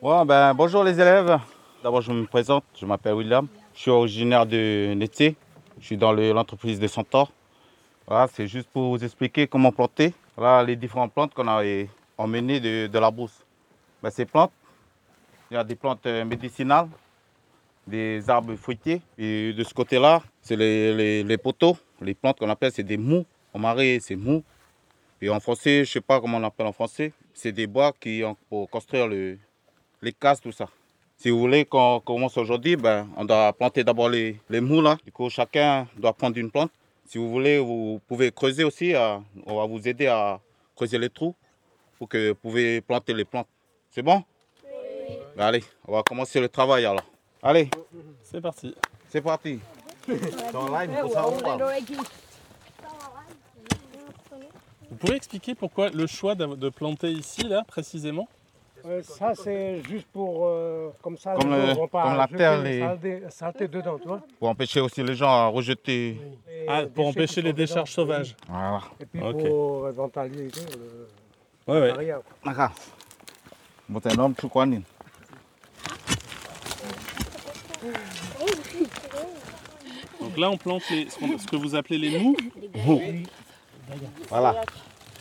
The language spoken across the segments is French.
Ouais, ben, bonjour les élèves. D'abord, je me présente, je m'appelle William. Je suis originaire de Nétier. Je suis dans le- l'entreprise de Centaure. Voilà, c'est juste pour vous expliquer comment planter. Voilà les différentes plantes qu'on a eh, emmenées de, de la brousse. Ben, ces plantes, il y a des plantes euh, médicinales, des arbres fruitiers. Et de ce côté-là, c'est les, les- les poteaux, les plantes qu'on appelle, c'est des mous. En marais, c'est mous. Et en français, je ne sais pas comment on appelle en français, c'est des bois qui ont pour construire le, les cases, tout ça. Si vous voulez qu'on commence aujourd'hui, ben, on doit planter d'abord les, les mous là. Du coup, chacun doit prendre une plante. Si vous voulez, vous pouvez creuser aussi. euh, on va vous aider à creuser les trous pour que vous pouvez planter les plantes. C'est bon Oui. allez, on va commencer le travail alors. Allez, C'est parti. c'est parti. Vous pouvez expliquer pourquoi le choix d'av- de planter ici, là, précisément Euh, ça, c'est juste pour. euh, comme ça, Comme les le- gens vont pas comme la jeter terre, les les- saletés- saletés dedans, tu vois. Pour empêcher aussi les gens à rejeter. Les Ah, pour déchets qui empêcher les sont dedans. décharges sauvages. Voilà. Et puis Ok. pour euh, éventaliser le Ouais, ouais. arrière. Naka. Mutanen tukwanin. Donc là, on plante les- ce, qu'on- ce que vous appelez les mous. Voilà.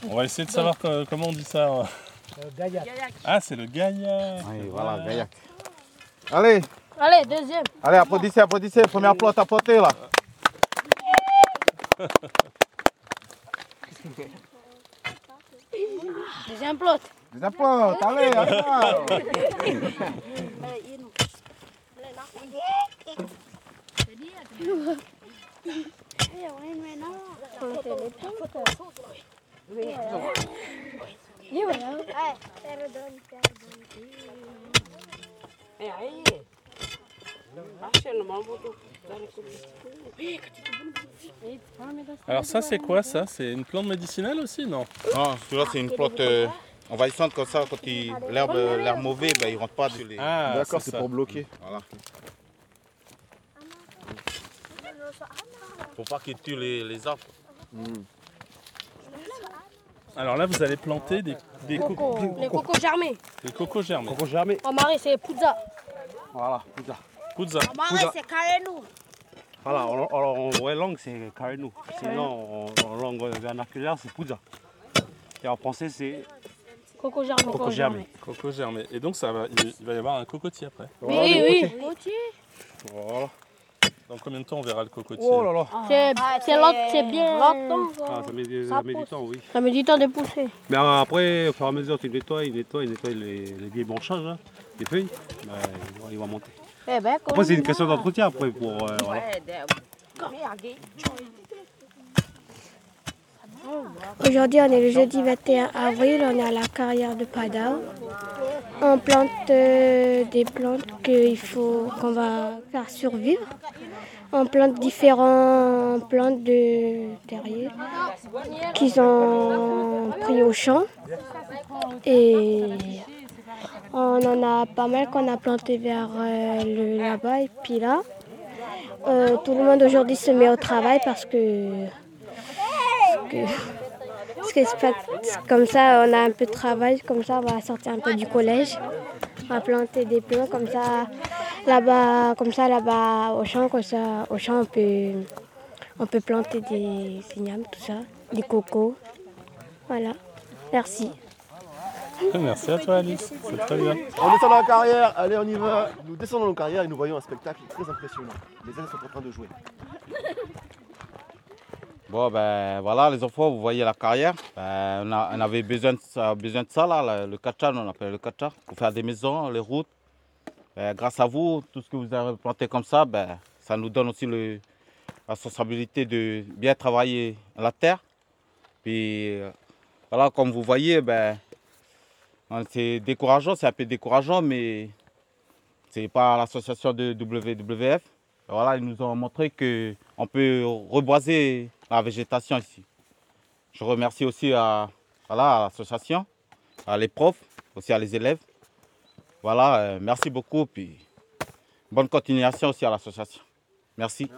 On va essayer de savoir co- comment on dit ça. hein. Euh, Gaïa. Ah, c'est le gaillard. Oui, voilà, Gaillac. Allez, Allez, deuxième. allez, applaudissez, applaudissez. Première plante à planter là. Deuxième plot. Deuxième plante, allez, allez. Alors ça, c'est quoi, ça C'est une plante médicinale aussi, non Non, celui-là c'est une plante euh, envahissante comme ça. Quand il- l'herbe l'air mauvais, ben, il rentre pas sur les. Ah, D'accord, c'est c'est ça. pour bloquer. Voilà. Faut pas qu'il tue les, les arbres. Alors là, vous allez planter des, des, co- Coco. Les cocos germés. des cocos germés. Pourquoi jamais En marais, c'est Pouza. Voilà, tout ça. Kudza. En marais, c'est Kaenou. Voilà, en, en- en vraie langue, c'est Karenu. Sinon, en, en langue vernaculaire, c'est Pouza. Et en français, c'est Coco germé. Coco germé. Cocos germés. Et donc, ça va, il, il va y avoir un cocotier après. Oui, oui. Voilà. Dans combien de temps on verra le cocotier Oh là là C'est Ah, c'est long- c'est bien longtemps. Ah, ça met, du- Ça ça met du pousse. temps, oui. Ça met du temps de pousser. Mais euh, après, au fur et à mesure, tu nettoies, il nettoie, il nettoie les, les vieilles branchages, là, les feuilles, bah, il, va, il va monter. Eh ben, Après, c'est une question d'entretien, après, pour... euh, voilà. Aujourd'hui, on est le jeudi 21 avril, on est à la carrière de Padao. On plante euh, des plantes qu'il faut qu'on va faire survivre. On plante différentes plantes de terrier qui sont pris au champ. Et on en a pas mal qu'on a planté vers euh, le là-bas et puis là. Euh, tout le monde aujourd'hui se met au travail parce que parce que c'est pas comme ça, on a un peu de travail, comme ça on va sortir un peu du collège. On va planter des plants comme ça, là-bas, comme ça, là-bas, au champ, comme ça, au champ on peut, on peut planter des ignames, tout ça, des cocos. Voilà. Merci. Merci à toi, Alice. C'est très bien. On descend dans la carrière, allez on y va Nous descendons dans la carrière et nous voyons un spectacle très impressionnant. Les ailes sont en train de jouer. Bon, ben voilà, les enfants, vous voyez la carrière. Ben, on, a- on avait besoin de ça, besoin de ça là, là, le kachar, on appelle le kachar, pour faire des maisons, les routes. Ben, grâce à vous, tout ce que vous avez planté comme ça, ben, ça nous donne aussi le- la sensibilité de bien travailler la terre. Puis euh, voilà, comme vous voyez, ben, hein, c'est décourageant, c'est un peu décourageant, mais c'est par l'association de WWF. Voilà, ils nous ont montré qu'on peut reboiser la végétation ici. Je remercie aussi à voilà, à l'association, à les profs, aussi à les élèves. Voilà, euh, merci beaucoup. Puis bonne continuation aussi à l'association. Merci.